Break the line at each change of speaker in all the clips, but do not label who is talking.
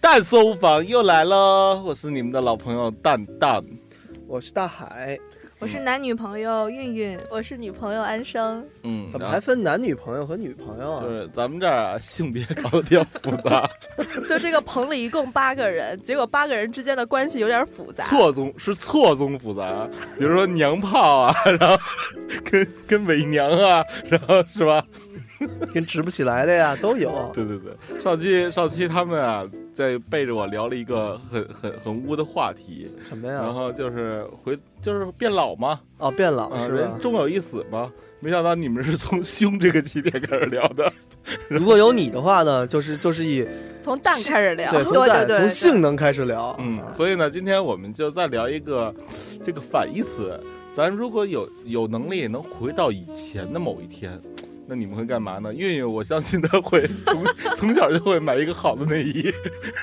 蛋搜房又来了，我是你们的老朋友蛋蛋。
我是大海，
我是男女朋友韵韵，我是女朋友安生。
嗯，
怎么
然
还
后
分男女朋友和女朋友啊？
就是咱们这儿啊，性别搞得比较复 杂，
就这个棚里一共八个人，结果八个人之间的关系有点复杂。
错综是错综复杂，啊比如说娘炮啊， 然后跟跟伪娘啊，然后是吧？
跟直不起来的呀都有。
对对对，上期上期他们啊，在背着我聊了一个很很很污的话题，
什么
然
哎呀？
后就是回就是变老嘛，
哦，变老
啊，
是吧
人？终有一死嘛。没想到你们是从胸这个起点开始聊的，
如果有你的话呢，就是就是以
从蛋开始聊，
对从
哦对
蛋
对，
从性能开始聊。
嗯，所以呢，今天我们就再聊一个这个反义词。咱如果有有能力能回到以前的某一天，那你们会干嘛呢？韵韵，我相信她会从从小就会买一个好的内衣，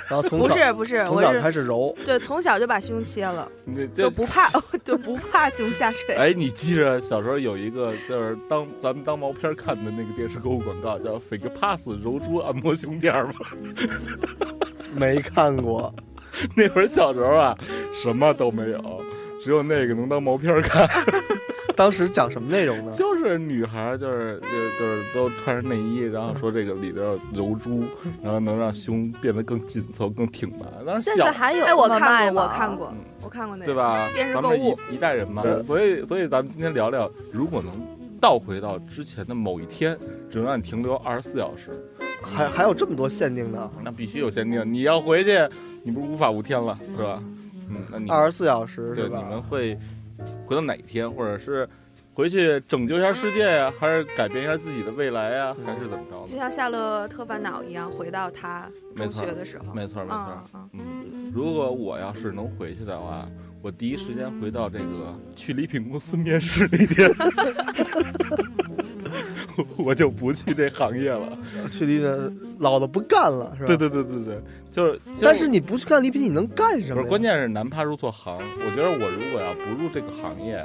然后从
不
小
是不是，
从
我
小
是
开始揉，
对从小就把胸切了，
你
就
这
不怕 就不怕胸下垂。
哎，你记着小时候有一个就是当咱们当毛片看的那个电视购物广告，叫 “fake pass 揉珠按摩胸垫”吗？
没看过。
那会儿小时候啊，什么都没有，只有那个能当毛片儿看。
当时讲什么内容呢？
就是女孩儿，就是就就是都穿着内衣，然后说这个里边儿有揉珠，然后能让胸变得更紧凑、更挺拔。当时
现
小
在还有
哎
我
我看
看
过我
过，我
看
看
过
过
嗯，
我看过那个，
对？吧？
电视
咱们是
购物
一一代人嘛，
对
所以所以咱们今天聊聊，如果能倒回到之前的某一天，只能让你停留二十四小时，嗯
还还有这么多限定呢？
那必须有限定。你要回去，你不是无法无天了，是吧？嗯，那你
二十四小时
对
是
你们
吧？
会回到哪一天，或者是回去拯救一下世界呀、还是改变一下自己的未来呀、还是怎么着呢？
就像夏洛特烦恼一样，回到他
没
中
错
学的
啊
时候，
没错，没错
嗯。嗯，
嗯，如果我要是能回去的话，我第一时间回到这个去礼品公司面试那天， 我就不去这行业了。
去离人老了不干了是吧？
对。对对对对，就是。其实
但是你不去干礼品，你能干什
不
么
是，
呀？
关键是男怕入错行。我觉得我如果要不入这个行业，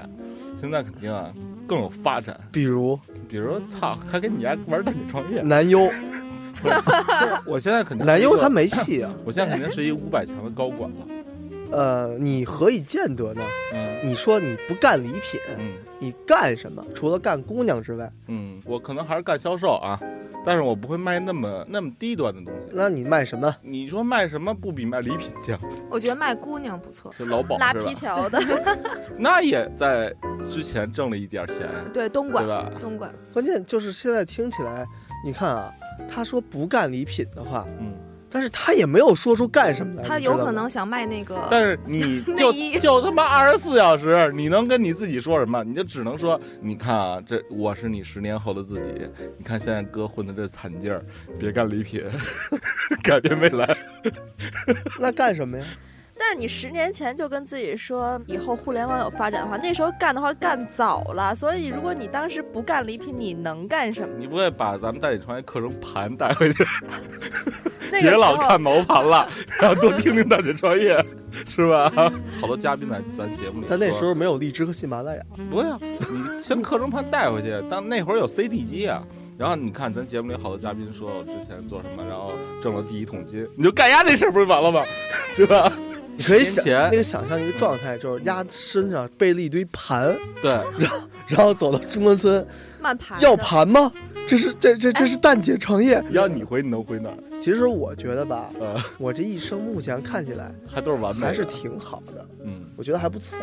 现在肯定啊更有发展。
比如
比如说，操，还跟你家玩蛋姐创业，
男 优，
我现在肯定是
男
一
优
个
他，没戏啊。
我现在肯定是一五百强的高管了。
呃，你何以见得呢？
嗯
你说你不干礼品，
嗯。
你干什么？除了干姑娘之外，
嗯，我可能还是干销售啊，但是我不会卖那么那么低端的东西。
那你卖什么？
你说卖什么不比卖礼品强？
我觉得卖姑娘不错，
就劳保
拉
是吧
皮？条的，
那也在之前挣了一点钱，
对东
对
莞，
吧？
东莞
关键就是现在听起来，你看啊，他说不干礼品的话，
嗯，
但是他也没有说出干什么来。
他
哎你知道
有
吗
可能想卖那个，
但是你就
内衣
就他妈二十四小时，你能跟你自己说什么？你就只能说，你看啊，这我是你十年后的自己，你看现在哥混的这惨劲儿，别干礼品， 改变未来。
那干什么呀？
但是你十年前就跟自己说，以后互联网有发展的话，那时候干的话干早了，所以如果你当时不干礼品，你能干什么？
你不会把咱们代理创业课程盘带回去？
那
别
个时
老
候
看毛盘 了，然后多听听大姐创业，是吧？ 好多嘉宾来咱节目里说，
但那时候没有荔枝和喜马拉雅，
不啊要，你先课程盘带回去。但那会儿有 CD 机啊，然后你看咱节目里好多嘉宾说我之前做什么，然后挣了第一桶金，你就干压这事儿不就完了 吗？对吧？
你可以
十
想
年前
那个想象一个状态，就是鸭身上背了一堆盘，
对，
然后走到中关村，
慢爬的
要盘吗？这是这这这是
哎
蛋姐创业。
要你回你能回哪儿？
其实我觉得吧，
呃，
我这一生目前看起来
还都是完美的，
还是挺好的，
嗯，
我觉得还不错。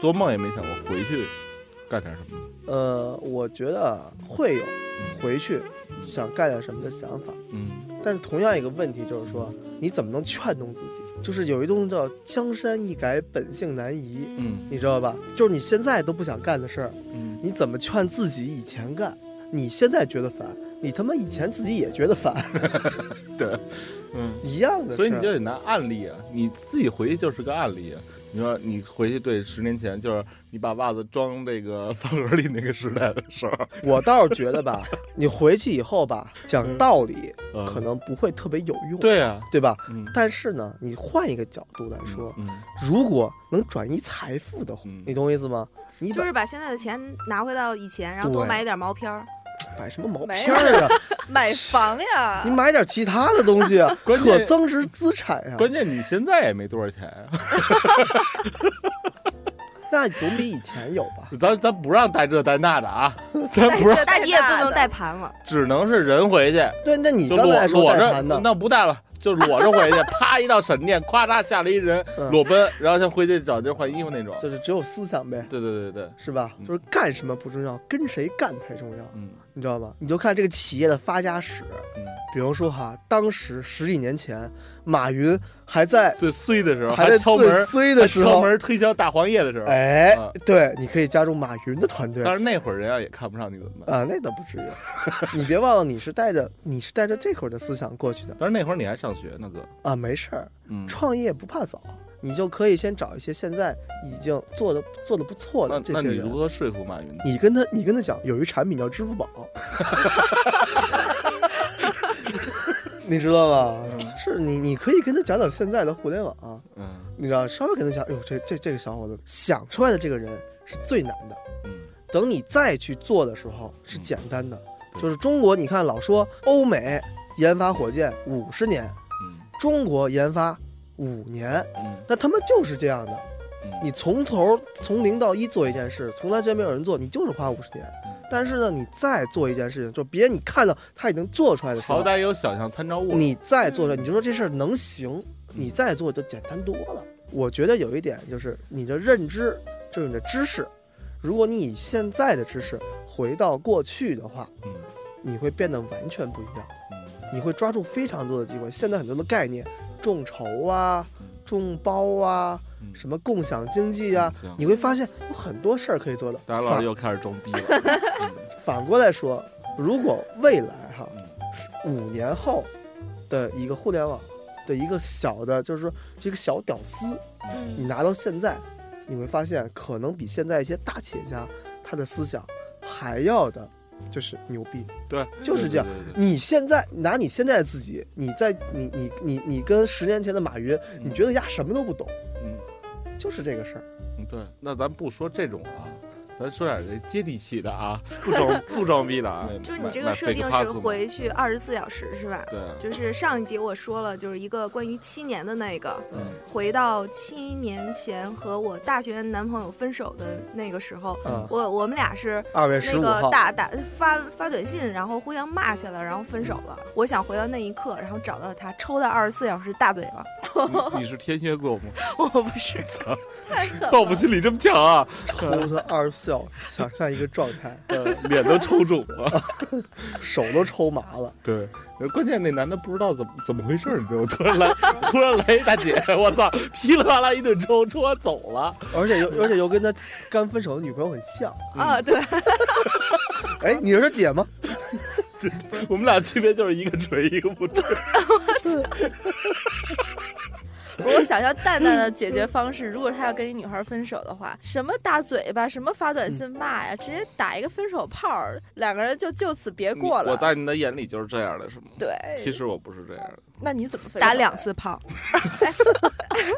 做梦也没想过回去干点什么。
呃，我觉得会有回去想干点什么的想法，
嗯
但是同样一个问题就是说，你怎么能劝动自己？就是有一种叫“江山易改，本性难移
嗯”，
你知道吧？就是你现在都不想干的事儿，
嗯，
你怎么劝自己以前干？你现在觉得烦，你他妈以前自己也觉得烦，
对，嗯，
一样的事儿。
所以你就得拿案例啊，你自己回去就是个案例。啊你说你回去对十年前，就是你把袜子装这个 饭盒里那个时代的事儿，
我倒是觉得吧，你回去以后吧，讲道理
嗯
可能不会特别有用，
对啊，
对吧？
嗯，
但是呢，你换一个角度来说，啊
嗯，
如果能转移财富的话，
嗯
你懂我意思吗？你
就
把
是把现在的钱拿回到以前，然后多
对
买一点毛片 儿。
买什么毛
没
片 儿啊？
买房 呀
你，买点其他的东西啊，
关键
可增值资产啊呀、
关键你现在也没多少钱啊，
那总比以前有吧？
咱咱不让带这带那的啊，咱不让，
但你也不能
带
带盘了，
只能是人回去，
对，那你
就
刚
裸
才说
裸
带
着，
盘的，
那不带了，就裸着回去，啪一道闪电，咵嚓下来一人
嗯
裸奔，然后先回去找地儿换衣服那种。
就是只有思想呗，
对对对对，
是吧？
嗯
就是干什么不重要，跟谁干才重要，
嗯
你知道吧？你就看这个企业的发家史，
嗯，
比如说哈，当时十几年前，马云还在
最衰的时候
在
还敲
最
门，
衰
还
的时
敲
候，
门推销大黄叶的时候，
哎
嗯，
对，你可以加入马云的团队
但。是那会儿人家也看不上你怎么办？
啊，那倒不至于。你别忘了，你是带着你是带着这会儿的思想过去的
但是那会儿你还上学呢，哥，
啊，没事儿，
嗯，
创业不怕早，你就可以先找一些现在已经做的做的不错
那
的这
那
些
你
人
如。何说服马云呢？
你跟他，你跟他讲，有一产品叫支付宝， 你知道吗？ 就是你，你可以跟他讲讲现在的互联网、啊
嗯
你知道，稍微跟他讲，哎呦，这这这个小伙子想出来的这个人是最难的，
嗯
等你再去做的时候是简单的。
对
就是中国，你看老说欧美研发火箭五十年，
嗯
中国研发五年，
嗯
那他妈就是这样的。
嗯，
你从头从零到一做一件事，从来就没有人做，你就是花五十年
嗯。
但是呢，你再做一件事情，就别你看到他已经做出来的时
好
候，
歹有想象参照物，
你再做出来，你就说这事儿能行，你再做就简单多了。我觉得有一点就是你的认知，就是你的知识，如果你以现在的知识回到过去的话，
嗯
你会变得完全不一样。
嗯
你会抓住非常多的机会。现在很多的概念，众筹啊、众包啊、
嗯
什么共享经济啊，
行
你会发现有很多事儿可以做到。
大家老师
反
又开始装逼 了，
反过来说，如果未来哈
嗯
五年后的一个互联网的一个小的，就是说这个小屌丝，
嗯
你拿到现在，你会发现可能比现在一些大企业家他的思想还要的，就是牛逼。
对，
就是这样
对。对对对
你现在拿你现在的自己，你在你你你你跟十年前的马云，你觉得呀什么都不懂，
嗯
就是这个事儿。
嗯，对，那咱不说这种啊，咱说点这接地气的啊，不 装不装逼的啊。
就是
买
你这个设定是，回去二十四小时是吧
买？fake pass 嘛对，啊
就是上一集我说了，就是一个关于七年的那个，
嗯
回到七年前和我大学男朋友分手的那个时候，
嗯，
我我们俩是
二月
那
十五
个
号，
打打发发短信，然后互相骂起来，然后分手了。我想回到那一刻，然后找到他，抽他二十四小时大嘴巴。
嗯 你你是天蝎座吗？
我不是，
报复心理这么强啊，
抽他二十四小时，想象一个状 态，
呃 脸都抽肿了。
手都抽麻了。
对， 关键那男的不知道怎么怎么回事儿，你知道吗？突然来突然来一大姐，我操，噼里啪啦一顿抽，抽完走了。
而且又而且又跟他刚分手的女朋友很像。
啊， 对，
哎，你是他姐吗？
我们俩区别就是一个锤，一个不锤。
我想象蛋蛋的解决方式，如果他要跟一女孩分手的话，什么大嘴巴，什么发短信骂呀，直接打一个分手炮儿，两个人就就此别过了。
我在你的眼里就是这样的，是吗？
对，
其实我不是这样的。
那你怎么分手啊
打两次炮，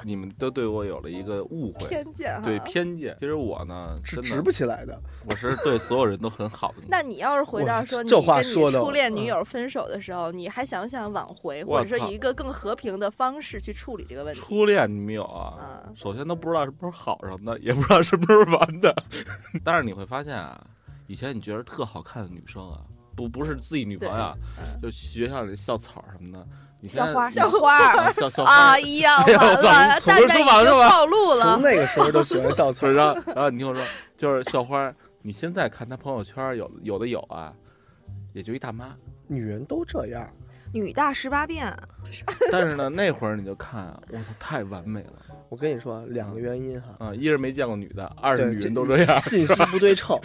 你们都对我有了一个误会，
偏见哈？
对偏见。其实我呢，
是
真
直
的
不，起来的。
我是对所有人都很好的。
那你要是回到说
哇
你
这话
跟你
说的嗯
初恋女友分手的时候，你还想不想挽回，
我
或者说
操
以一个更和平的方式去处理这个问题？
初恋女友啊，
啊，
首先都不知道什么时候好上的， 也不知道什么时候完的。 但是你会发现啊，以前你觉得特好看的女生啊，不不是自己女朋友啊，就学校里校草什么的，你现
校
在
花，
校
花儿。
啊校校花
哎， 呀，
哎呀
完
我
了，
操
蛋
从这
蛋
说
已
完
经
是吧
暴露
从
了。
那个时候就喜欢校草
不，是，然后然后你听我说，就是校花，你现在看她朋友圈有有的有啊，也就一大妈。
女人都这样。
女大十八变，
但是呢，那会儿你就看啊，我操，太完美了
我跟你说，两个原因哈，
嗯啊！一是没见过女的，二
对
是女人都这样。
信息不对称，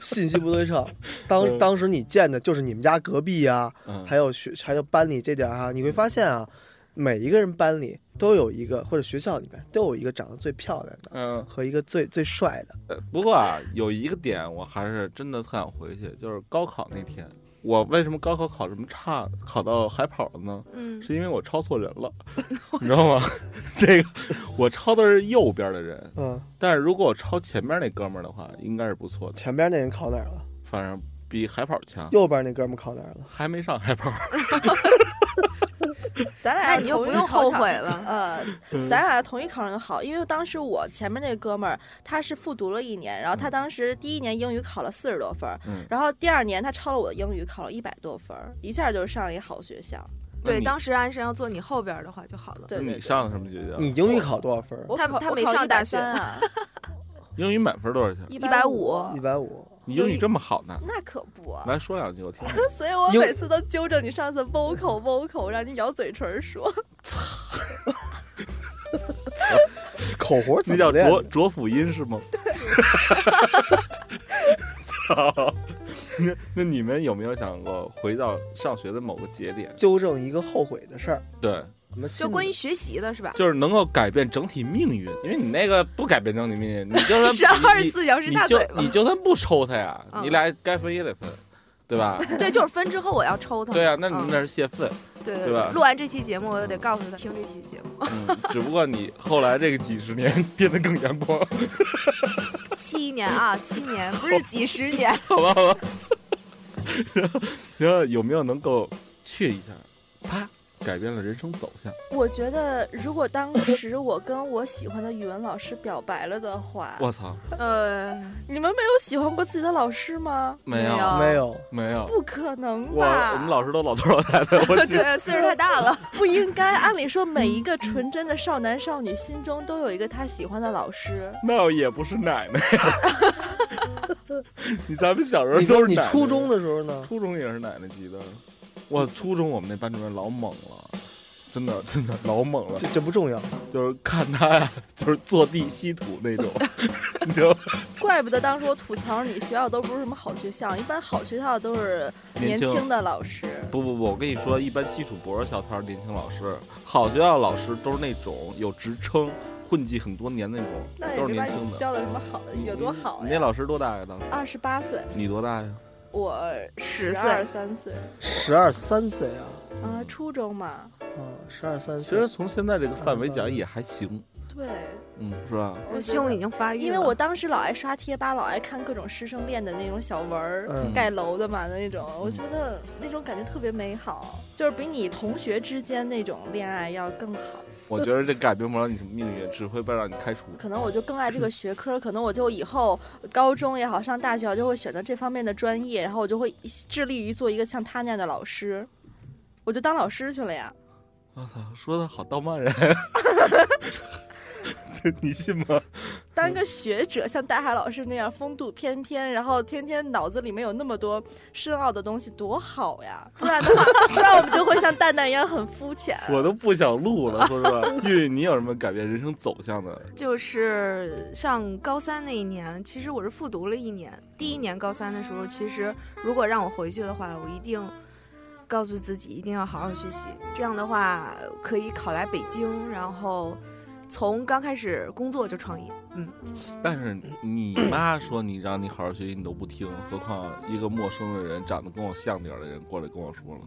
信息不对称。当当时你见的就是你们家隔壁呀、
嗯
还有学还有班里这点儿哈、你会发现啊，每一个人班里都有一个，或者学校里面都有一个长得最漂亮的
嗯，
和一个最最帅的。
呃不过啊，有一个点我还是真的特想回去，就是高考那天，我为什么高考考这么差，考到海跑了呢？
嗯，
是因为我抄错人了，你知道吗？ 这个我抄的是右边的人，
嗯，
但是如果我抄前面那哥们儿的话，应该是不错的，
前边那人考哪儿了？
反正比海跑强。
右边那哥们儿考哪儿了？
还没上海跑，
咱俩
那
要
你就
同
不
一
用
考
后
场
悔了。
呃，
嗯
咱俩同一考上就好，因为当时我前面那个哥们儿他是复读了一年，然后他当时第一年英语考了四十多分儿，
嗯
然后第二年他超了我的英语，考了一百多分儿，一下就上了一好学校。
对，
你
当时安神要坐你后边儿的话就好了。
对对
你
对，
嗯上的什么学校？
你英语考多少分儿？
我
他
考
他
我
没
考
上大
130
学
啊，
英语满分多少钱？
150
一百五。
你英语这么好呢？
那可不啊。
来说两句我听听。
所以我
英
每次都纠正你上次 vocal vocal，让你咬嘴唇说。
口活怎
那
么
叫
练
浊
的？
浊辅音是吗？ 操！那那你们有没有想过回到上学的某个节点？
纠正一个后悔的事儿。
对，
我们
就关于学习的是 吧？
就是能够改变整体命运，因为你那个不改变整体命运，你就算
是二 十
你
四小时
你
大
就
嘴巴
你。就算不抽他呀，
嗯
你俩该分也得分，对吧？
对，就是分之后我要抽他。
对啊，那你
嗯
那是泄愤，
对
对吧
录完这期节目，我就得告诉他听这期节目。
嗯，只不过你后来这个几十年变得更阳光，
七年 啊，七年，不是几十年。
好吧，好吧。然后然后有没有能够去一下，啪，改变了人生走向？
我觉得如果当时我跟我喜欢的语文老师表白了的话，
我操，
呃，
你们没有喜欢过自己的老师吗？
没有
没有，
没有，
不可能
我
吧？
我们老师都老头老太太，我心
对，岁数太大了。
不应该。按理说，每一个纯真的少男少女心中都有一个他喜欢的老师。
那也不是奶奶呀。 你咱们小时候
你
都
就是是你
奶奶
初中的时候呢？
初中也是奶奶级的。我初中我们那班主任老猛了，真的真的老猛了
这，这不重要。
就是看他呀，就是坐地吸土那种，你知道吗
怪不得当时我吐槽你学校都不是什么好学校，一般好学校都是年轻的老师。
不不不，我跟你说，一般基础薄弱小摊儿年轻老师，好学校老师都是那种有职称、混迹很多年那种，
那也
都是
没
年
把哎你
轻的。嗯
教的什么好，有多好
你那
呀？
老师多大呀？当时
二十八岁，
你多大呀？
我
10
二三岁
十二三岁啊，
啊，初中嘛，
嗯，十二三
其
岁
实。从现在这个范围讲也还行，
对，
嗯，是吧？
我觉
胸
得
已经发育了，
因为我当时老爱刷贴吧，老爱看各种师生恋的那种小文儿，
嗯
盖楼的嘛的那种，我觉得那种感觉特别美好，就是比你同学之间那种恋爱要更好。
我觉得这改变不了你什么命运，只会被让你开除。
可能我就更爱这个学科，可能我就以后高中也好，上大学也好啊就会选择这方面的专业，然后我就会致力于做一个像他那样的老师，我就当老师去了呀。
我操，说的好道漫人，这 你信吗？
当一个学者，像大海老师那样风度翩翩，然后天天脑子里面有那么多深奥的东西，多好呀！不然的话，不然我们就会像蛋蛋一样很肤浅。
我都不想录了，说实 话。玉玉，你有什么改变人生走向的？
就是上高三那一年，其实我是复读了一年。第一年高三的时候，其实如果让我回去的话，我一定告诉自己一定要好好学习。这样的话，可以考来北京，然后从刚开始工作就创业。嗯，
但是 你妈说你让你好好学习，你都不听，何况一个陌生的人，长得跟我像点儿的人过来跟我说了。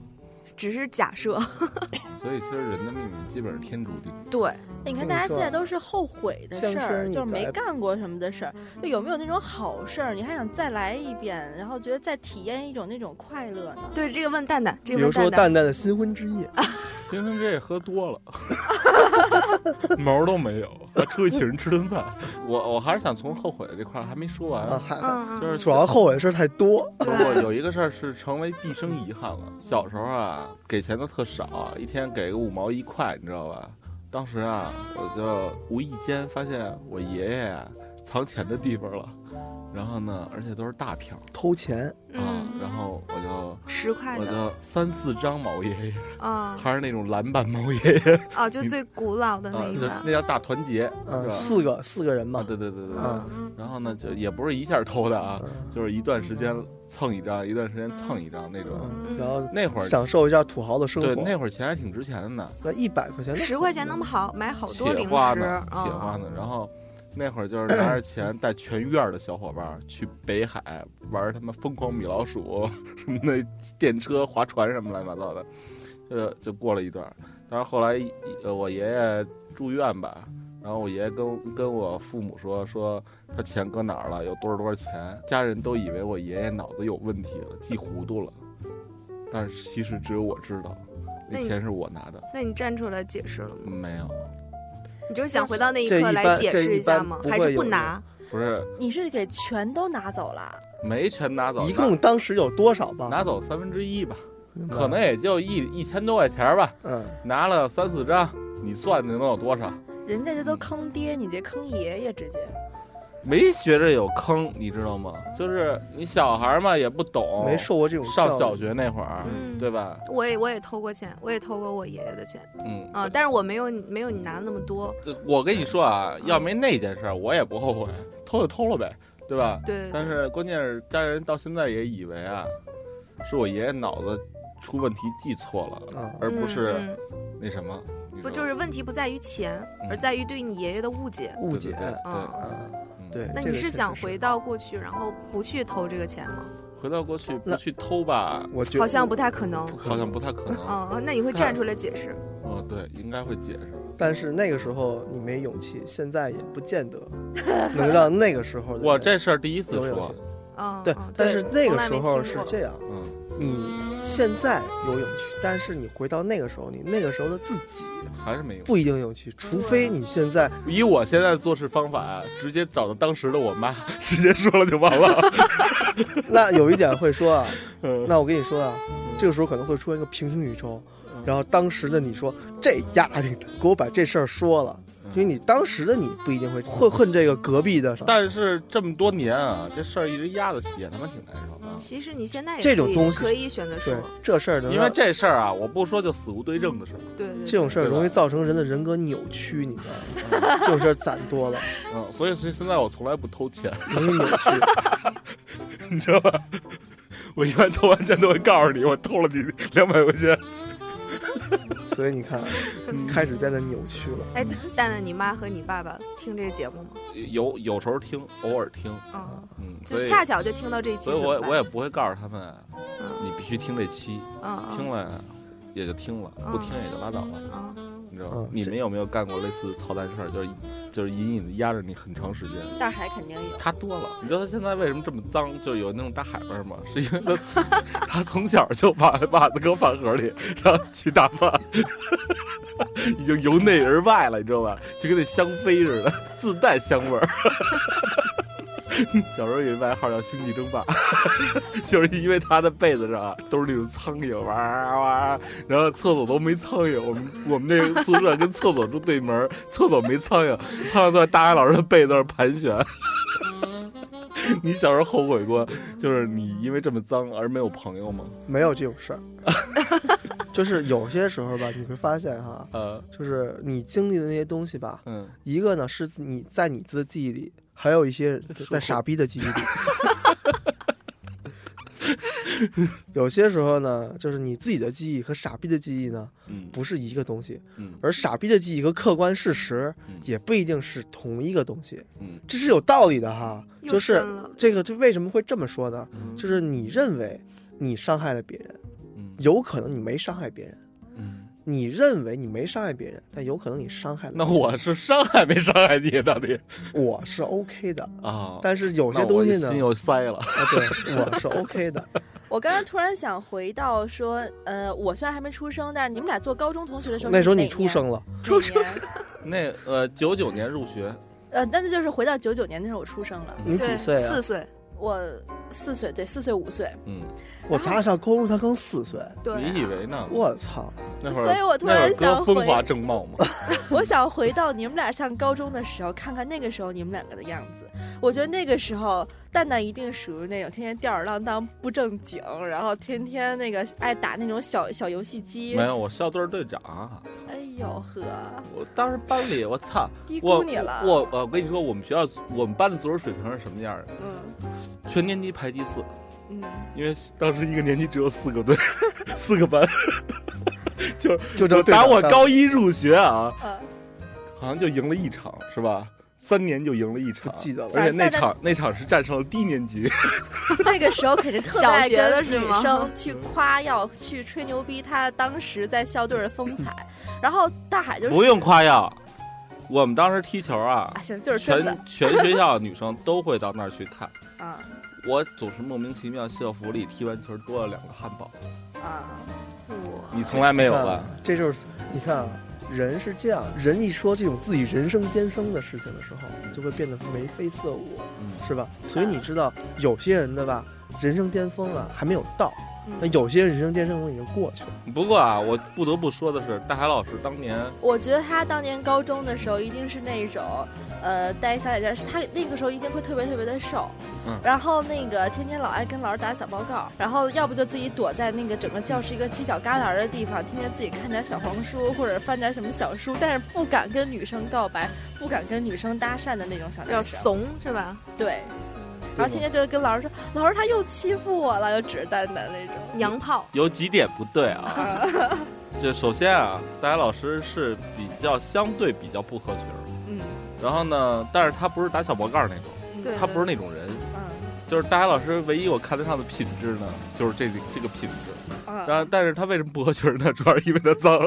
只是假设。
所以其实人的命运基本是天注定。
对，
你看，大家现在都是后悔的事
像是
儿，
你
就是没
白
干过什么的事儿。就有没有那种好事儿，你还想再来一遍，然后觉得再体验一种那种快乐呢？
对这个问蛋蛋，这
比
个问
如说
蛋啊蛋。
蛋蛋的新婚之夜，
今天这喝多 了，毛都没有，还出去请人吃顿饭。我我还是想从后悔的这块儿还没说完，
啊，还还
嗯嗯，
就是
主要后悔的事儿太多。
不
对
过有一个事儿是成为毕生遗憾了。小时候啊，给钱都特少，一天给个五毛一块，你知道吧？当时啊，我就无意间发现我爷爷啊藏钱的地方了，然后呢，而且都是大票
偷钱，
啊，然后我就
十块
我
嗯的
就三四张毛爷爷，
啊
还是那种蓝版毛爷爷，
啊，就最古老的
啊
那一
就
版
那叫大团结，是
嗯，
吧
四个四个人嘛
啊，，对对对对对。
嗯
然后呢，就也不是一下偷的啊，
嗯
就是一段时间蹭一张，一段时间蹭一张那种。
嗯，然后
那会儿
享受一下土豪的生
对
活。
那会儿钱还挺值钱的呢，
那一百块钱，
十块钱能好买好多
铁
零
花
食
呢，铁花
啊，
呢。然后那会儿就是拿着钱带全院儿的小伙伴儿去北海玩他妈疯狂米老鼠什么的，电车、划船什么乱七八糟的，呃，就过了一段儿。但是后来一呃我爷爷住院吧，然后我爷爷跟跟我父母说说他钱搁哪儿了，有多少多少钱，家人都以为我爷爷脑子有问题了，记糊涂了，但是其实只有我知道，那
那你
钱是我拿的，
那你站出来解释了吗？
没有，
你就是想回到那一
这
刻
一
来
般
解
这
释
一
下
般
吗？
不
还
会
是不
有人
拿？
不是
你是给全都拿走了？
没全拿走，
一共啊当时有多少吧？
拿走三分之一吧，
明白
可能也就一一千多块钱吧，
嗯，
拿了三四张，你算你能有多少？
人家这
嗯
都坑爹，你这坑爷爷直接。
没觉着有坑，你知道吗？就是你小孩儿嘛也不懂，
没受过这种
上
教育
小学那会儿，
嗯
对吧？
我也我也偷过钱，我也偷过我爷爷的钱
嗯，
啊，但是我没有你没有你拿的那么多。
这我跟你说啊，要没那件事儿，我也不后悔，偷就偷了呗，对吧？
对，
但是关键是家人到现在也以为啊，是我爷爷脑子出问题记错了，
啊，
而不
嗯
是
嗯
那什么，你
不
知
就
道
是问题不在于钱，而
嗯
在于对你爷爷的误解。
误
对
解
对对对
啊，
啊，
嗯
对。
那你
这个
是
确
想
实
回到过去，然后不去偷这个钱吗？
回到过去不
那
去偷吧，
我觉得
好像不太可能。
好像不太可能。
嗯，那你会站出来解释？
哦，对，应该会解释。
但是那个时候你没勇气，现在也不见得能让那个时候的
我
人
这事儿第一次
有勇
说
气，。
嗯，
对
嗯，
但是那
从
个
来
时
没
候
听
是
过
这样，
嗯，
你现在有勇气，但是你回到那个时候，你那个时候的自己
还是没有。
不一定有勇气，除非你现在
以我现在做事方法，直接找到当时的我妈， 直接说了就完了。
那有一点会说啊，
嗯
那我跟你说啊，这个时候可能会出现一个平行宇宙，
嗯
然后当时的你说这丫的给我把这事儿说了，因为你当时的你不一定会会恨这个隔壁的，
但是这么多年啊，这事儿一直压的也他妈挺难受啊。
其实你现在也
这种
可以
东西
可以选择说
对，这事儿能
因为
让
这事儿啊，我不说就死无对证的事儿。
对对
这种事儿
对吧
容易造成人的人格扭曲，你知道吗？这种事儿攒多了
嗯，所以所以现在我从来不偷钱，
容易扭曲。
你知道吧？ 我一般偷完钱都会告诉你，我偷了你两百块钱。
所以你看，啊开始变得扭曲了。
哎，蛋蛋，你妈和你爸爸听这个节目吗？
有有时候听，偶尔听，
啊，
嗯，
就
所以
恰巧就听到这一期
所以
怎么
我
办，
也我也不会告诉他们，
嗯
你必须听这期，
嗯
听了也就听了，不听也就拉倒了，
嗯
你知道吗
嗯？
你
这
们有没有干过类似操蛋事儿？就是就是隐隐的压着你很长时间。
大海肯定有，
他多了，你知道他现在为什么这么脏？就有那种大海味儿吗？是因为他从他从小就把袜子搁饭盒里，然后去打饭， 已经由内而外了，你知道吧？就跟那香妃似的，自带香味儿。 小时候有一外号叫“星际争霸”， 就是因为他的被子上啊都是那种苍蝇，哇哇，然后厕所都没苍蝇。我们我们那个宿舍跟厕所住对门儿，厕所没苍蝇，苍蝇在大学老师的被子上盘旋。你小时候后悔过，就是你因为这么脏而没有朋友吗？
没有这种事儿，就是有些时候吧，你会发现哈，
呃，
就是你经历的那些东西吧，
嗯，
一个呢是你在你自己的记忆里，还有一些人在在傻逼的记忆里。有些时候呢，就是你自己的记忆和傻逼的记忆呢，
嗯
不是一个东西，
嗯
而傻逼的记忆和客观事实
嗯
也不一定是同一个东西，
嗯
这是有道理的哈。
又
就
深
是
了
这个，这为什么会这么说呢？
嗯
就是你认为你伤害了别人，
嗯
有可能你没伤害别人；
嗯，
你认为你没伤害别人，但有可能你伤害了别
那
人。
我是伤害没伤害你？啊到底
我是 OK 的，
啊？
但是有
那
些
我
东西
心
呢，
又塞了。
啊，对，我是 OK 的。
我刚刚突然想回到说，呃，我虽然还没出生，但是你们俩做高中同学的时候，
那时候你
哪
出
年
生了，
出生，
那呃，九九年入学，
呃，那那就是回到九九年那时候我出生了，
你
对
几岁啊
四？岁，
我四岁，对，四岁五岁，
嗯，
我
啊
咱上高中他刚四岁，
对啊、
你以为呢？
我操！
那会儿，
所以我突然
那会儿
想
哥
回
风华正茂嘛，
我想回到你们俩上高中的时候，看看那个时候你们两个的样子。我觉得那个时候，蛋蛋一定属于那种天天吊儿郎当、不正经，然后天天那个爱打那种小小游戏机
没。有，我校队队长，啊
哎呦呵，
我当时班里，我操，
低估
我
你了。
我我我跟你说，我们学校我们班的足球水平是什么样的？
嗯
全年级排第四，
嗯，
因为当时一个年级只有四个队， 四个班，
就这
我
对
打
的
我
但
高一入学啊，
呃，
好像就赢了一场，是吧？三年就赢了一场，
不记得了
而且那场那场是战胜了低年级，
那个时候肯定特别
小
爱
学
跟
的
女
是吗
生去夸耀、去吹牛逼，她当时在校队的风采。然后大海就是
不用夸耀。我们当时踢球啊
啊，，行，就是真的
全全学校女生都会到那儿去看。
啊
我总是莫名其妙校服里踢完球多了两个汉堡，
啊，
你从来没有
看
吧？
这就是你看啊，人是这样，人一说这种自己人生巅峰的事情的时候，就会变得眉飞色舞，
嗯
是吧？所以你知道，有些人的吧，人生巅峰啊还没有到，那有些人生巅峰已经过去了。
不过啊，我不得不说的是，大海老师当年
我觉得他当年高中的时候一定是那种，呃，戴小眼镜儿，是他那个时候一定会特别特别的瘦，
嗯
然后那个天天老爱跟老师打小报告，然后要不就自己躲在那个整个教室一个犄角旮旯的地方，天天自己看点小黄书或者翻点什么小书，但是不敢跟女生告白，不敢跟女生搭讪的那种小
比较
男生，
怂是吧？
对。然后天天就跟老师说，老师他又欺负我了，就指着蛋蛋那种。
娘炮，
有几点不对啊。就首先啊，大海老师是比较相对比较不合群儿，
嗯，
然后呢，但是他不是打小报告那种，
对
他不是那种人。
嗯
就是大海老师唯一我看得上的品质呢，就是这个这个品质。
嗯，
然后，但是他为什么不合群儿呢？主要是因为他脏。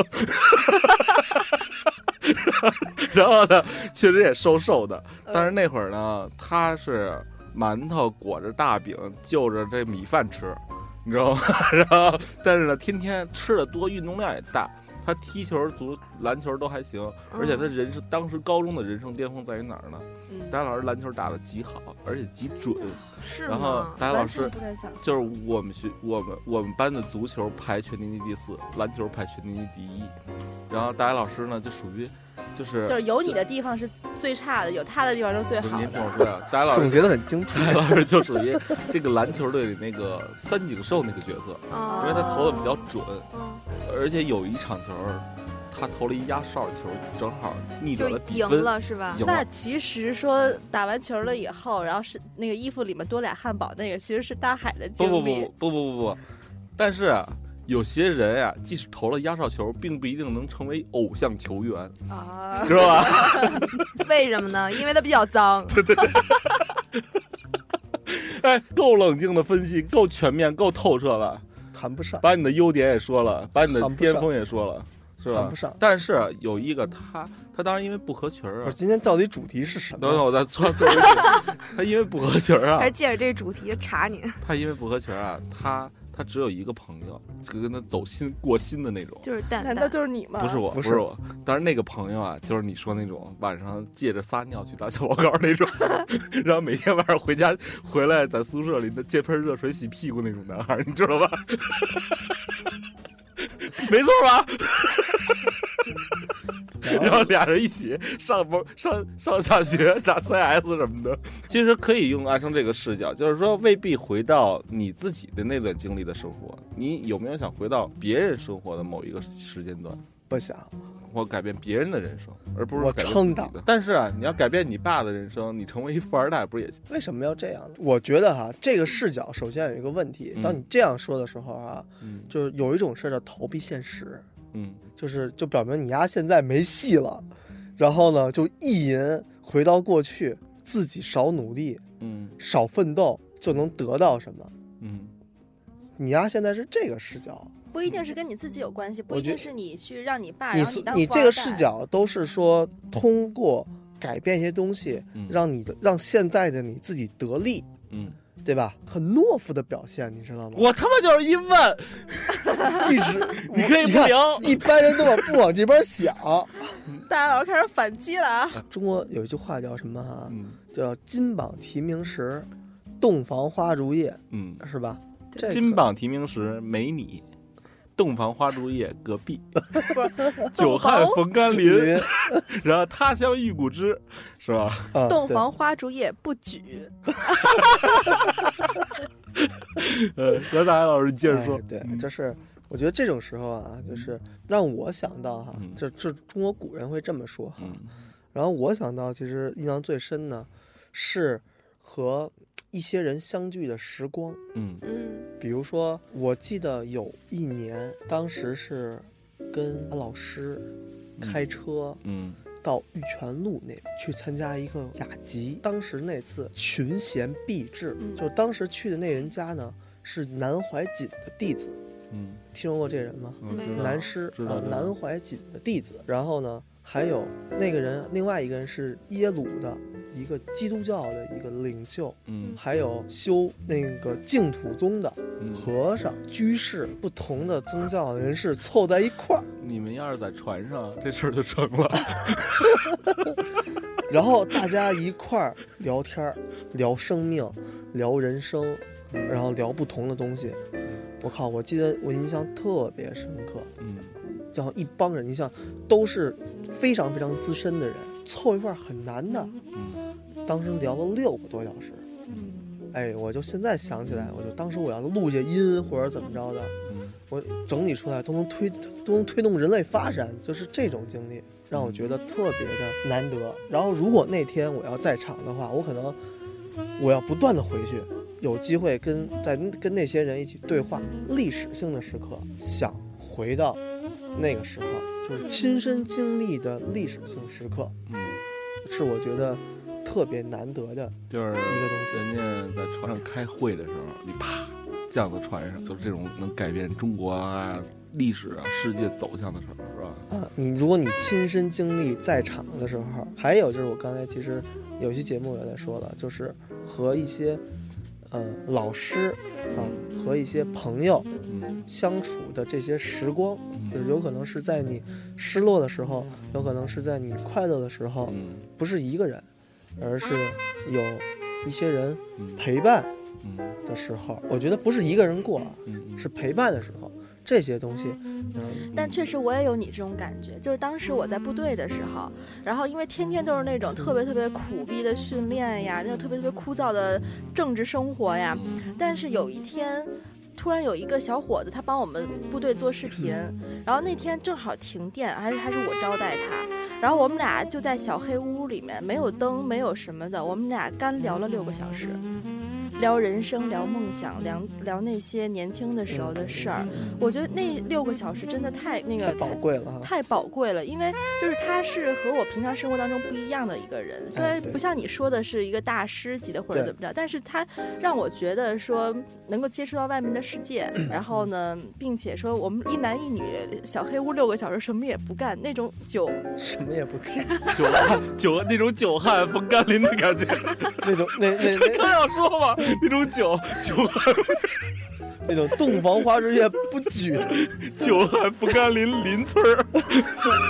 然后呢，确实也瘦瘦的，
嗯
但是那会儿呢，他是馒头裹着大饼，就着这米饭吃，你知道吗？ 然后，但是呢，天天吃的多，运动量也大。他踢球、足篮球都还行，
嗯
而且他人生当时高中的人生巅峰在于哪儿呢？
嗯
大老师篮球打得极好，而且极准。
是
然后
吗？
大老
完
师
全不敢想象，
就是我们学我们我们班的足球排全年级第四，篮球排全年级第一。然后大家老师呢，就属于就是
就是有你的地方是最差的，有他的地方是最
不是
好
您听我
的。
说呀，大家老
总
师
结的很精辟，
大家老师就属于这个篮球队里那个三井寿那个角色，
因
因为他投的比较准，
嗯，
而且有一场球他投了一压哨球，正好逆
就
转了比
赢
分，
了是吧？
赢
那
了。
其实说打完球了以后，然后是那个衣服里面多俩汉堡，那个其实是大海的
不
经
不
历
不。不不不不，但是啊有些人啊，即使投了压哨球，并不一定能成为偶像球员，
啊，
知道吧？
为什么呢？因为他比较脏。
哎，够冷静的分析，够全面，够透彻了，
谈不上，
把你的优点也说了，把你的
谈不上
巅峰也说了，是
谈
吧
不？上。
但是有一个他，他当然因为不合群儿
不
啊
是，。今天到底主题是什
等等，
么？
我再错，对不起他因为不合群儿啊
还是，借着这个主题查你，
他因为不合群儿啊，他他只有一个朋友，就跟他走心过心的那种。
就是蛋
难道
蛋。
就是你吗？
不是我，
不
不
是
是我，但是那个朋友啊，就是你说那种晚上借着撒尿去打小报告那种，然后每天晚上回家回来在宿舍里那借盆热水洗屁股那种男孩儿，你知道吧？ 没错吧？ 然后俩人一起上班、上上下学、打 CS 什么的，其实可以用安生这个视角，就是说未必回到你自己的那段经历的生活，你有没有想回到别人生活的某一个时间段？
不想，
或改变别人的人生，而不是
我
改变自
撑
己
的
的。但是啊，你要改变你爸的人生，你成为一富二代不是也行？
为什么要这样呢？我觉得哈，这个视角首先有一个问题，当
嗯
你这样说的时候啊，
嗯
就是有一种事儿叫逃避现实，
嗯，
就是就表明你丫现在没戏了，然后呢就意淫回到过去，自己少努力，
嗯
少奋斗就能得到什么。
嗯，
你丫现在是这个视角，
不一定是跟你自己有关系，不
我
一
觉
定是你去让你爸，
你
然后当
你
富
这
二
个
代
视，角都是说通过改变一些东西，
嗯
让你的让现在的你自己得利，
嗯，
对吧？很懦夫的表现，你知道吗？
我他妈就是一问，
一直
你可以
你
不
看
聊。
一般人都往不往这边想。
大家老师开始反击了啊！
中国有一句话叫什么啊？
嗯，
叫“金榜题名时，洞房花烛夜
嗯，
是吧？
对
这
金
个
榜题名时没你，洞房花烛夜隔 壁，久
洞
旱
房
逢甘霖，
云
然后他乡遇故知，是吧？
啊，
洞
对
房花烛夜不举，
呃，何大海老师你接着
哎
说，
对，
嗯
就是我觉得这种时候啊，就是让我想到哈
嗯，
这这中国古人会这么说哈。
嗯
然后我想到，其实印象最深呢，是和一些人相聚的时光。
嗯
嗯
比如说，我记得有一年，当时是跟老师开车
嗯
到玉泉路那边去参加一个雅集。当时那次群贤毕至，
嗯
就当时去的那人家呢是南怀瑾的弟子，
嗯，
听说过这人吗？
我
没
知
有
道
南师
嗯知道
啊
知，道
南怀瑾的弟子。然后呢，还有那个人，另外一个人是耶鲁的一个基督教的一个领袖，
嗯
还有修那个净土宗的
嗯，
和尚、居士，不同的宗教人士凑在一块儿，
你们要是在船上，这事儿就成 了。
然后大家一块儿聊天儿，聊生命，聊人生，然后聊不同的东西。我靠！我记得我印象特别深刻，
嗯
然后一帮人，你想都是非常非常资深的人，凑一块儿很难的。
嗯
当时聊了六个多小时，哎，我就现在想起来，我就当时我要录下音或者怎么着的，
嗯
我整理出来都能推都能推动人类发展，就是这种经历让我觉得特别的难得。然后如果那天我要在场的话，我可能我要不断的回去，有机会跟在跟那些人一起对话，历史性的时刻，想回到那个时候，就是亲身经历的历史性时刻，
嗯，
是我觉得特别难得的
就是
一个东西。
人家在船上开会的时候，你啪降到船上，就是这种能改变中国啊历史啊世界走向的时候，是吧？
啊，你如果你亲身经历在场的时候，还有就是我刚才其实有期节目也在说了，就是和一些呃老师啊和一些朋友
嗯
相处的这些时光，就是
嗯
有可能是在你失落的时候，有可能是在你快乐的时候，
嗯
不是一个人，而是有一些人
嗯
陪伴
嗯
的时候。我觉得不是一个人过啊，
嗯，
是陪伴的时候，这些东西，嗯，
但确实我也有你这种感觉，就是当时我在部队的时候，然后因为天天都是那种特别特别苦逼的训练呀，那种特别特别枯燥的政治生活呀，但是有一天。突然有一个小伙子，他帮我们部队做视频，然后那天正好停电，还是还是我招待他，然后我们俩就在小黑屋里面，没有灯，没有什么的，我们俩干聊了六个小时，聊人生，聊梦想，聊聊那些年轻的时候的事儿。我觉得那六个小时真的太那个
嗯太宝贵了哈。啊
太宝贵了，因为就是他是和我平常生活当中不一样的一个人，虽然
哎对
不像你说的是一个大师级的或者
对
怎么着，但是他让我觉得说能够接触到外面的世 界，然后呢，并且说我们一男一女小黑屋六个小时什么也不干，那种酒
什么也不 干，
久旱久那种久旱逢甘霖的感觉。
那种那那
刚
那
要说嘛，那种久久
那种洞房花烛夜不举 的，
久旱逢甘霖邻村儿。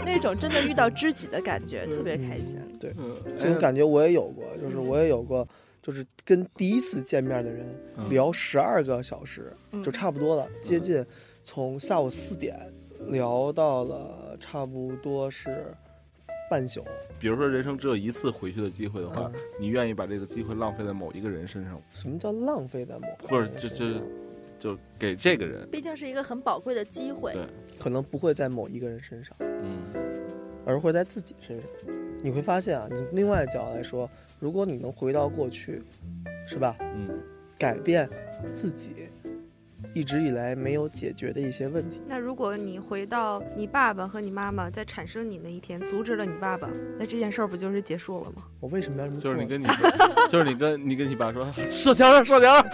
那种真的遇到知己的感
嗯
觉，特别开心。
这
嗯
种感觉我也有过，就是我也有过，就是跟第一次见面的人
嗯
聊十二个小时，
嗯
就差不多了，接近从下午四点聊到了差不多是半宿，
比如说人生只有一次回去的机会的话
嗯，
你愿意把这个机会浪费在某一个人身上，
什么叫浪费的某？
或者就就就给这个人，
毕竟是一个很宝贵的机会
对，
可能不会在某一个人身上，
嗯
而会在自己身上。你会发现啊，你另外一角度来说，如果你能回到过去，是吧？
嗯
改变自己一直以来没有解决的一些问题。
那如果你回到你爸爸和你妈妈在产生你那一天，阻止了你爸爸，那这件事儿不就是结束了吗？
我为什么要这么
就
做
是
呢？
你跟你爸就是你跟你跟你爸说射墙上射墙上。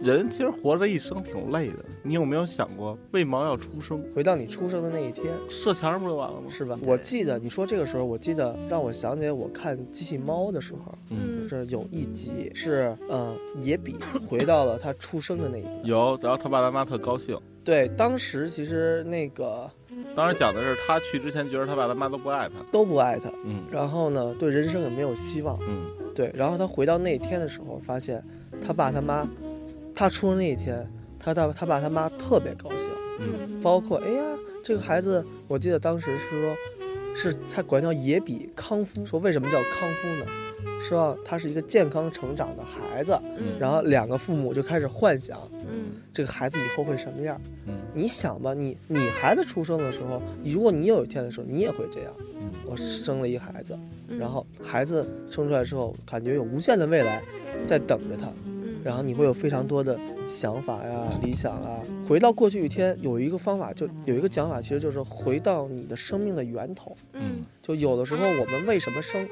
人其实活着一生挺累的，你有没有想过为毛要出生？
回到你出生的那一天，
射墙上不就完了吗？
是吧？
对
我记得你说这个时候，我记得让我想起来我看《机器猫》的时候，
嗯，
这有一集是呃野比回到了他出生的那一天。
有。然后他爸他妈特高兴，
对，当时其实那个
当时讲的是他去之前觉得他爸他妈都不爱他，
都不爱他，
嗯
然后呢，对人生也没有希望。
嗯
对，然后他回到那一天的时候，发现他爸他妈，他出生那一天，他大他爸他妈特别高兴，
嗯
包括哎呀，这个孩子，我记得当时是说，是他管叫野比康夫，说为什么叫康夫呢？是吧？他是一个健康成长的孩子，
嗯
然后两个父母就开始幻想
嗯
这个孩子以后会什么样。
嗯
你想吧，你你孩子出生的时候，如果你有一天的时候，你也会这样。我生了一孩子，
嗯
然后孩子生出来之后，感觉有无限的未来在等着他，
嗯
然后你会有非常多的想法呀、理想啊。回到过去一天，有一个方法，就有一个讲法，其实就是回到你的生命的源头。
嗯
就有的时候我们为什么生，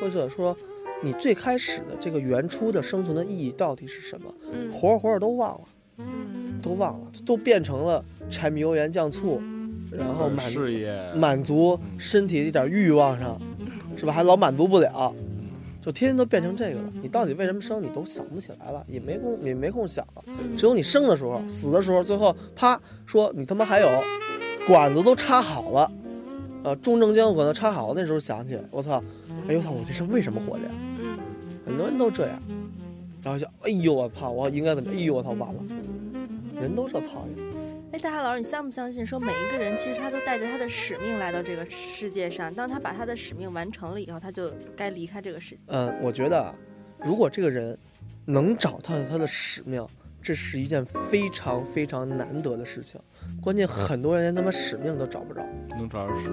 或者说你最开始的这个原初的生存的意义到底是什么？
嗯
活着活着都忘了，
嗯
都忘了，都变成了柴米油盐酱醋，然后满
事业
满足身体这点欲望上，是吧？还老满足不了，就天天都变成这个了。你到底为什么生，你都想不起来了，也没空，也没空想了。只有你生的时候，死的时候，最后啪说你他妈还有，管子都插好了，呃，中正江管子插好了，那时候想起来，我操，哎呦我操，我这生为什么活着呀？
嗯
很多人都这样，然后想，哎呦我操，我应该怎么？哎呦我操，完了，人都这操性。
哎，大海老师，你相不相信说每一个人其实他都带着他的使命来到这个世界上？当他把他的使命完成了以后，他就该离开这个世界。
嗯，我觉得啊，如果这个人能找到他的使命，这是一件非常非常难得的事情。关键很多人连他妈使命都找不着，
能找着事，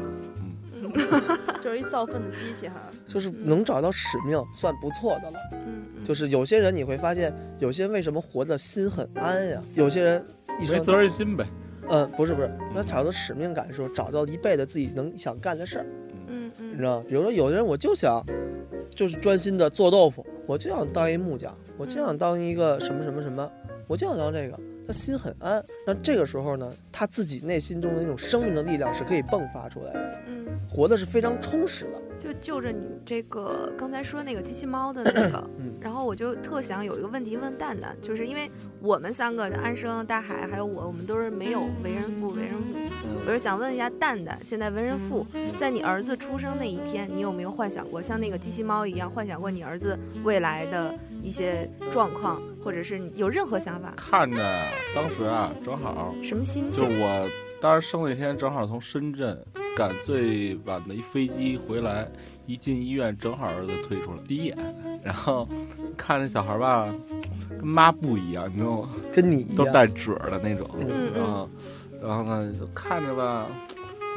就是一造粪的机器哈。
就是能找到使命算不错的了。
嗯，
就是有些人你会发现，有些人为什么活得心很安呀？有些人一
没
生
责任心呗，
嗯，不是不是，他找到使命感的时候，找到一辈子自己能想干的事儿，
嗯
你
嗯
知道吗？比如说有的人我就想，就是专心的做豆腐，我就想当一木匠，我就想当一个什么什么什么，我就想当这个，他心很安。那这个时候呢，他自己内心中的那种生命的力量是可以迸发出来的，
嗯，
活的是非常充实的。
就就着你这个刚才说那个机器猫的那个
嗯，
然后我就特想有一个问题问蛋蛋，就是因为我们三个的安生、大海还有我，我们都是没有为人父、为人母，我是想问一下蛋蛋，现在为人父，在你儿子出生那一天，你有没有幻想过像那个机器猫一样幻想过你儿子未来的一些状况，或者是你有任何想法？
看着啊当时啊正好
什么心
就
情？
我当时生那天正好从深圳赶最晚的一飞机回来，一进医院正好儿子推出来第一眼，然后看着小孩儿吧，跟妈不一样，你知道吗？
跟你一
都
样，
带褶儿的那种，
嗯
然
啊
后然后呢就看着吧，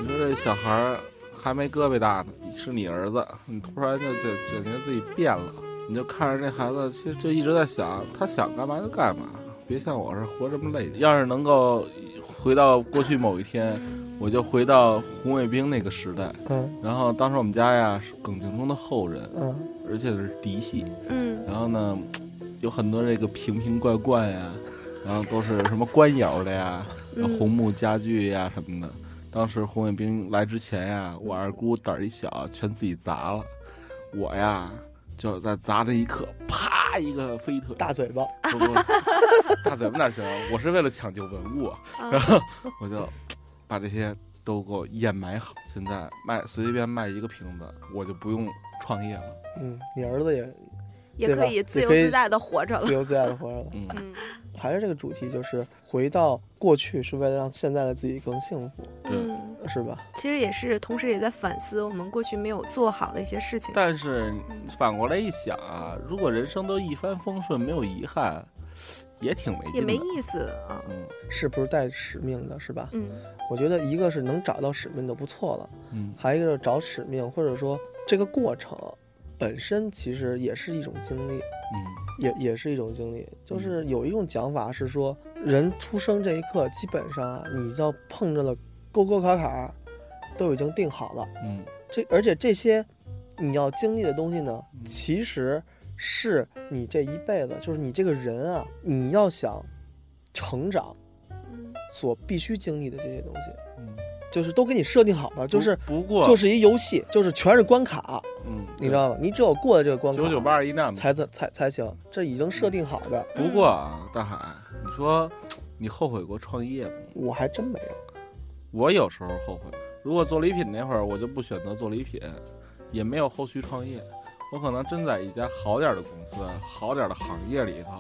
你说这小孩儿还没胳膊大呢，是你儿子，你突然就就就觉得自己变了，你就看着这孩子，其实就一直在想，他想干嘛就干嘛，别像我是活这么累。要是能够回到过去某一天， 我就回到红卫兵那个时代，
嗯
然后当时我们家呀是耿精忠的后人，
嗯，
而且是嫡系，
嗯
然后呢，有很多这个瓶瓶罐罐呀， 然后都是什么官窑的呀、红木家具呀什么的。当时红卫兵来之前呀，我二姑胆儿一小，全自己砸了。我呀，就在砸的一刻，啪一个飞腿，
大嘴巴，
不不，大嘴巴哪行？我是为了抢救文物，然后 我就把这些都给我掩埋好。现在卖随随便卖一个瓶子，我就不用创业了。
嗯，你儿子也
也
对
可
吧
以自
也
由
可以
自在的活着了
自。由自在的活着了。
嗯
嗯
还是这个主题，就是回到过去是为了让现在的自己更幸福，
对
嗯，
是吧？
其实也是，同时也在反思我们过去没有做好的一些事情。
但是反过来一想啊，如果人生都一帆风顺，没有遗憾，也挺没劲的。
也没意思啊。
嗯
是不是带使命的，是吧？
嗯
我觉得一个是能找到使命的不错了，
嗯
还有一个就是找使命，或者说这个过程本身其实也是一种经历，
嗯
也也是一种经历。就是有一种讲法是说，人出生这一刻，基本上啊，你要碰着了沟沟坎坎，都已经定好了。
嗯
这而且这些你要经历的东西呢
嗯，
其实是你这一辈子，就是你这个人啊，你要想成长
嗯
所必须经历的这些东西，
嗯，
就是都给你设定好了，就是
不不过
就是一游戏，就是全是关卡，
嗯，
你知道吗？你只有过了这个关卡，
九九八二一难嘛。
才才才才行，这已经设定好的，
不过啊，大海，你说你后悔过创业吗？
我还真没有。
我有时候后悔，如果做礼品那会儿我就不选择做礼品，也没有后续创业，我可能真在一家好点儿的公司、好点儿的行业里头，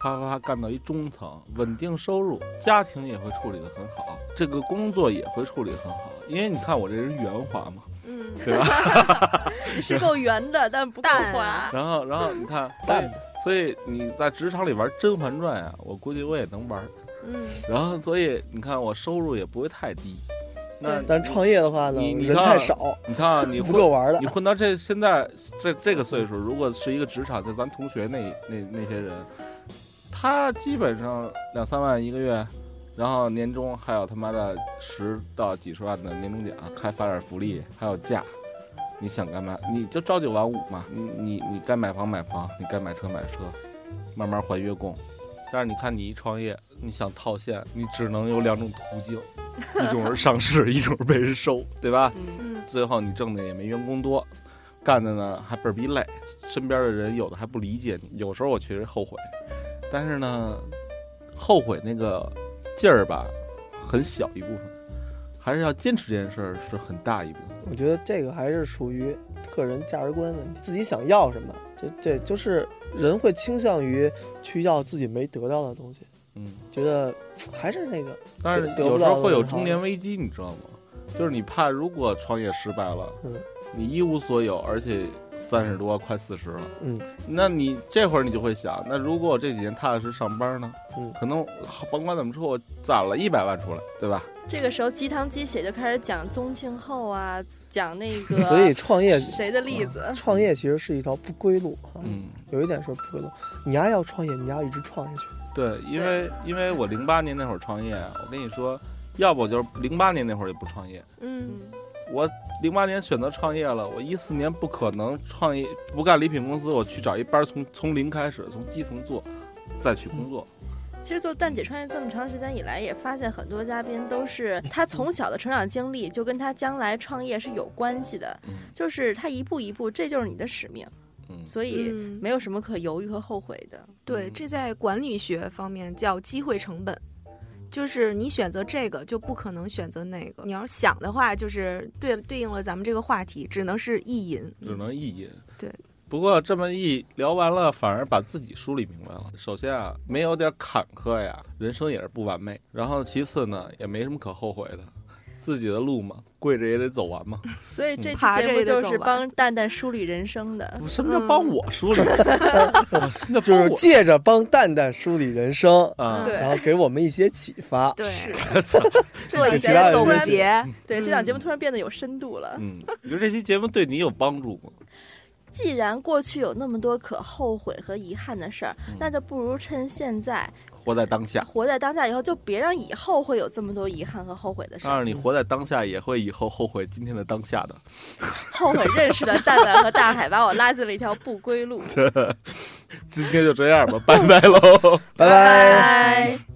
啪啪啪干到一中层，稳定收入，家庭也会处理得很好，这个工作也会处理得很好，因为你看我这人圆滑嘛，
嗯，
对吧？
是够圆的，但不够
淡
滑。
然后，然后你看，所
淡
以所以你在职场里玩《甄嬛传》啊，我估计我也能玩儿。
嗯，
然后，所以你看我收入也不会太低。那
对
但创业的话呢，
嗯你你
人
看
太少，
你看啊你
不
混
够玩的
你。混到这现在这这个岁数，如果是一个职场，就咱同学那那那些人，他基本上两三万一个月，然后年终还有他妈的十到几十万的年终奖，还发点福利，还有假。你想干嘛？你就朝九晚五嘛。你你你该买房买房，你该买车买车，慢慢还月供。但是你看，你一创业，你想套现，你只能有两种途径，一种是上市，一种是被人收，对吧？
嗯
最后你挣的也没员工多，干的呢还倍儿逼累，身边的人有的还不理解你。有时候我确实后悔，但是呢，后悔那个劲儿吧，很小一部分，还是要坚持这件事儿是很大一部分。
我觉得这个还是属于个人价值观问题，自己想要什么，这这就是人会倾向于去要自己没得到的东西，
嗯，
觉得还是那个，
但是
得得不
有时
到
候
的
会有
很好
中年危机，你知道吗？就是你怕如果创业失败了，
嗯
你一无所有，而且三十多快四十了，
嗯，
那你这会儿你就会想，那如果我这几年踏踏实实上班呢？
嗯
可能甭管怎么说，我攒了一百万出来，对吧？
这个时候鸡汤鸡血就开始讲宗庆后啊，讲那个
所以创业
谁的例子，
创业其实是一条不归路啊。
嗯，
有一点是不归路，你丫要创业，你丫一直创下去。
对，因为因为我零八年那会儿创业，我跟你说，要不我就是零八年那会儿也不创业，
嗯
我零八年选择创业了，我一四年不可能创业不干礼品公司，我去找一班儿从从零开始，从基层做，再去工作。
其实做蛋姐创业这么长时间以来，也发现很多嘉宾都是他从小的成长经历就跟他将来创业是有关系的，
嗯
就是他一步一步，这就是你的使命，
嗯
所以
嗯，
没有什么可犹豫和后悔的。
对，这在管理学方面叫机会成本，就是你选择这个就不可能选择那个。你要是想的话，就是对对应了咱们这个话题，只能是意淫。
只能意淫。
嗯对。
不过这么一聊完了，反而把自己梳理明白了。首先啊，没有点坎坷呀，人生也是不完美。然后其次呢，也没什么可后悔的，自己的路嘛，跪着也得走完嘛。
所以这期
爬着
节
也
目
得
就
走
是
完
帮蛋蛋梳理人生的。
什么叫帮我梳理？ 我什么叫
就
帮
是
我？
借着帮蛋蛋梳理人生，
啊，
对
然后给我们一些启发。
对，
做
一
一
些其他
些
人
总
总就
结，
对，
嗯
这档节目突然变得有深度了。
嗯，你说这期节目对你有帮助吗？
既然过去有那么多可后悔和遗憾的事儿，那就不如趁现在
活在当下，
活在当下，以后就别让以后会有这么多遗憾和后悔的事
当
儿。
然你活在当下，也会以后后悔今天的当下的。
后悔认识了蛋蛋和大海，把我拉进了一条不归路。
今天就这样吧，拜拜喽。
拜拜。
拜。